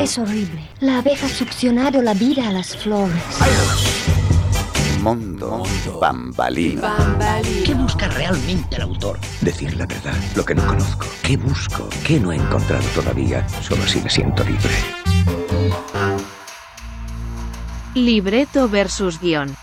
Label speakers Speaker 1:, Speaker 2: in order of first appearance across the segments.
Speaker 1: Es horrible. La abeja ha succionado la vida a las flores.
Speaker 2: Mondo Bambalina.
Speaker 3: ¿Qué busca realmente el autor?
Speaker 4: Decir la verdad, lo que no conozco. ¿Qué busco? ¿Qué no he encontrado todavía? Solo si me siento libre.
Speaker 5: Libreto versus guión.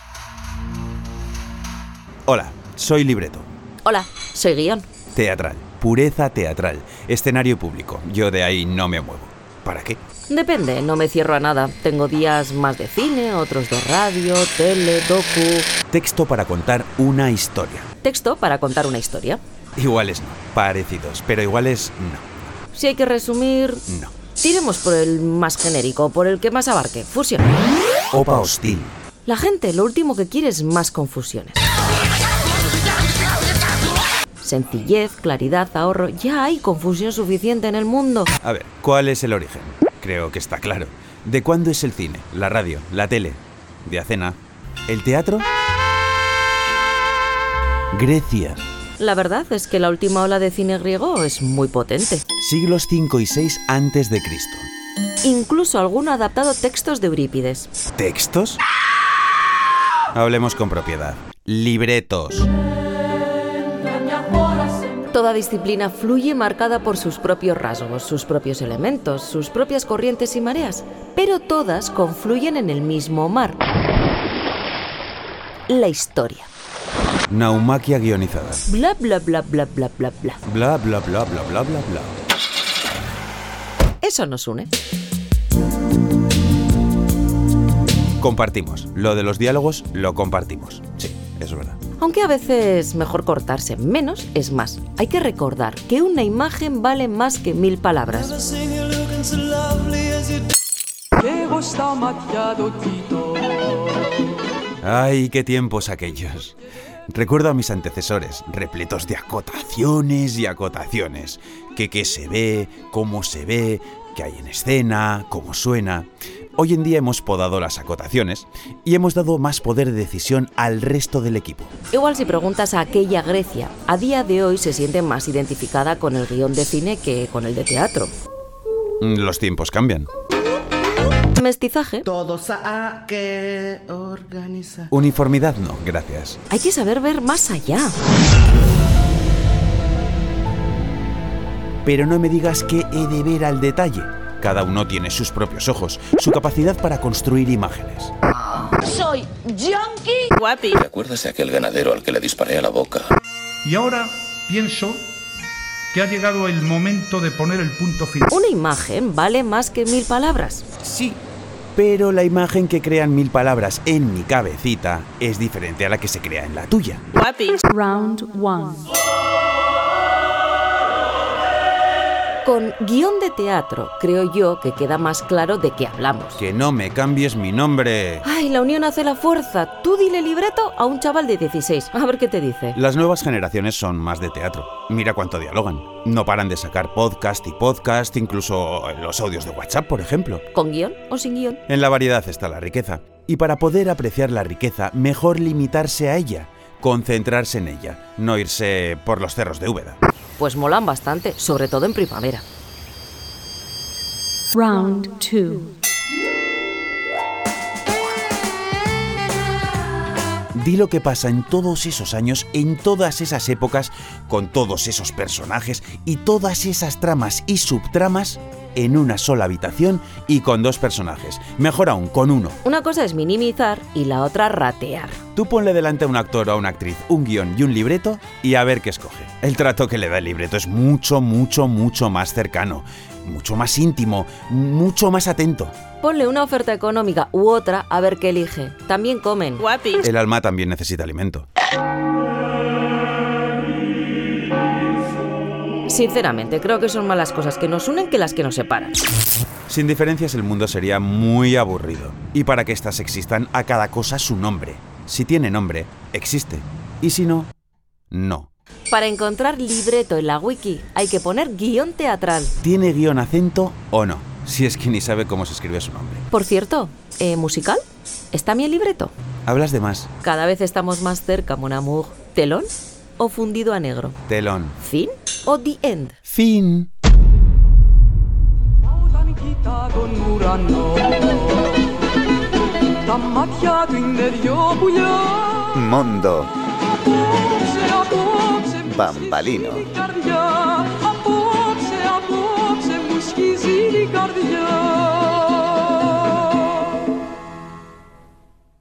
Speaker 6: Hola, soy Libreto.
Speaker 7: Hola, soy Guión.
Speaker 6: Teatral. Pureza teatral. Escenario público. Yo de ahí no me muevo. ¿Para qué?
Speaker 7: Depende, no me cierro a nada. Tengo días más de cine, otros de radio, tele, docu.
Speaker 6: Texto para contar una historia.
Speaker 7: Texto para contar una historia.
Speaker 6: Iguales no. Parecidos. Pero iguales no.
Speaker 7: Si hay que resumir,
Speaker 6: No.
Speaker 7: tiremos por el más genérico, por el que más abarque. Fusión.
Speaker 6: Opa hostil.
Speaker 7: La gente lo último que quiere es más confusiones. Sencillez, claridad, ahorro. Ya hay confusión suficiente en el mundo.
Speaker 6: A ver, ¿cuál es el origen? Creo que está claro. ¿De cuándo es el cine, la radio, la tele? ¿De Acena? ¿El teatro? Grecia.
Speaker 7: La verdad es que la última ola de cine griego es muy potente.
Speaker 6: Siglos 5 y 6 antes de Cristo.
Speaker 7: Incluso alguno ha adaptado textos de Eurípides.
Speaker 6: ¿Textos? Hablemos con propiedad. Libretos.
Speaker 7: Toda disciplina fluye marcada por sus propios rasgos, sus propios elementos, sus propias corrientes y mareas, pero todas confluyen en el mismo mar. La historia.
Speaker 6: Naumaquia guionizada.
Speaker 7: Bla, bla, bla, bla, bla, bla, bla.
Speaker 6: Bla, bla, bla, bla, bla, bla, bla.
Speaker 7: Eso nos une.
Speaker 6: Compartimos. Lo de los diálogos lo compartimos. Sí, es verdad.
Speaker 7: Aunque a veces mejor cortarse menos es más. Hay que recordar que una imagen vale más que mil palabras.
Speaker 6: Ay, qué tiempos aquellos. Recuerdo a mis antecesores, repletos de acotaciones y acotaciones. Que qué se ve, cómo se ve, qué hay en escena, cómo suena. Hoy en día hemos podado las acotaciones y hemos dado más poder de decisión al resto del equipo.
Speaker 7: Igual si preguntas a aquella Grecia, a día de hoy se siente más identificada con el guión de cine que con el de teatro.
Speaker 6: Los tiempos cambian.
Speaker 7: Mestizaje.
Speaker 3: Todos a que organizar.
Speaker 6: Uniformidad no, gracias.
Speaker 7: Hay que saber ver más allá.
Speaker 6: Pero no me digas que he de ver al detalle. Cada uno tiene sus propios ojos, su capacidad para construir imágenes.
Speaker 8: Soy Junkie. Guapi.
Speaker 9: ¿Te acuerdas de aquel ganadero al que le disparé a la boca?
Speaker 10: Y ahora pienso que ha llegado el momento de poner el punto final.
Speaker 7: Una imagen vale más que mil palabras.
Speaker 6: Sí, pero la imagen que crean mil palabras en mi cabecita es diferente a la que se crea en la tuya.
Speaker 8: Guapi.
Speaker 5: Round 1.
Speaker 7: Con guión de teatro creo yo que queda más claro de qué hablamos.
Speaker 6: Que no me cambies mi nombre.
Speaker 7: Ay, la unión hace la fuerza. Tú dile libreto a un chaval de 16. A ver qué te dice.
Speaker 6: Las nuevas generaciones son más de teatro. Mira cuánto dialogan. No paran de sacar podcast y podcast, incluso los audios de WhatsApp, por ejemplo.
Speaker 7: ¿Con guión o sin guión?
Speaker 6: En la variedad está la riqueza. Y para poder apreciar la riqueza, mejor limitarse a ella, concentrarse en ella, no irse por los cerros de Úbeda.
Speaker 7: Pues molan bastante, sobre todo en primavera.
Speaker 5: Round 2.
Speaker 6: Di lo que pasa en todos esos años, en todas esas épocas, con todos esos personajes y todas esas tramas y subtramas en una sola habitación y con dos personajes. Mejor aún, con uno.
Speaker 7: Una cosa es minimizar y la otra ratear.
Speaker 6: Tú ponle delante a un actor o a una actriz un guión y un libreto y a ver qué escoge. El trato que le da el libreto es mucho, mucho, mucho más cercano, mucho más íntimo, mucho más atento.
Speaker 7: Ponle una oferta económica u otra a ver qué elige. También comen.
Speaker 8: Guapi.
Speaker 6: El alma también necesita alimento.
Speaker 7: Sinceramente, creo que son más las cosas que nos unen que las que nos separan.
Speaker 6: Sin diferencias el mundo sería muy aburrido. Y para que éstas existan, a cada cosa su nombre. Si tiene nombre, existe. Y si no, no.
Speaker 7: Para encontrar libreto en la wiki hay que poner guión teatral.
Speaker 6: ¿Tiene guión acento o no? Si es que ni sabe cómo se escribe su nombre.
Speaker 7: Por cierto, ¿eh, ¿musical? ¿Está mi libreto?
Speaker 6: Hablas de más.
Speaker 7: Cada vez estamos más cerca, mon amour. ¿Telón o fundido a negro?
Speaker 6: Telón.
Speaker 7: ¿Fin o the end?
Speaker 6: Fin.
Speaker 11: con Murano. Tam macchiato in nervio buio,
Speaker 2: Mondo
Speaker 11: se a voce
Speaker 2: Bambalino.
Speaker 11: mi cardia, a voce a voce muschizi di cardia.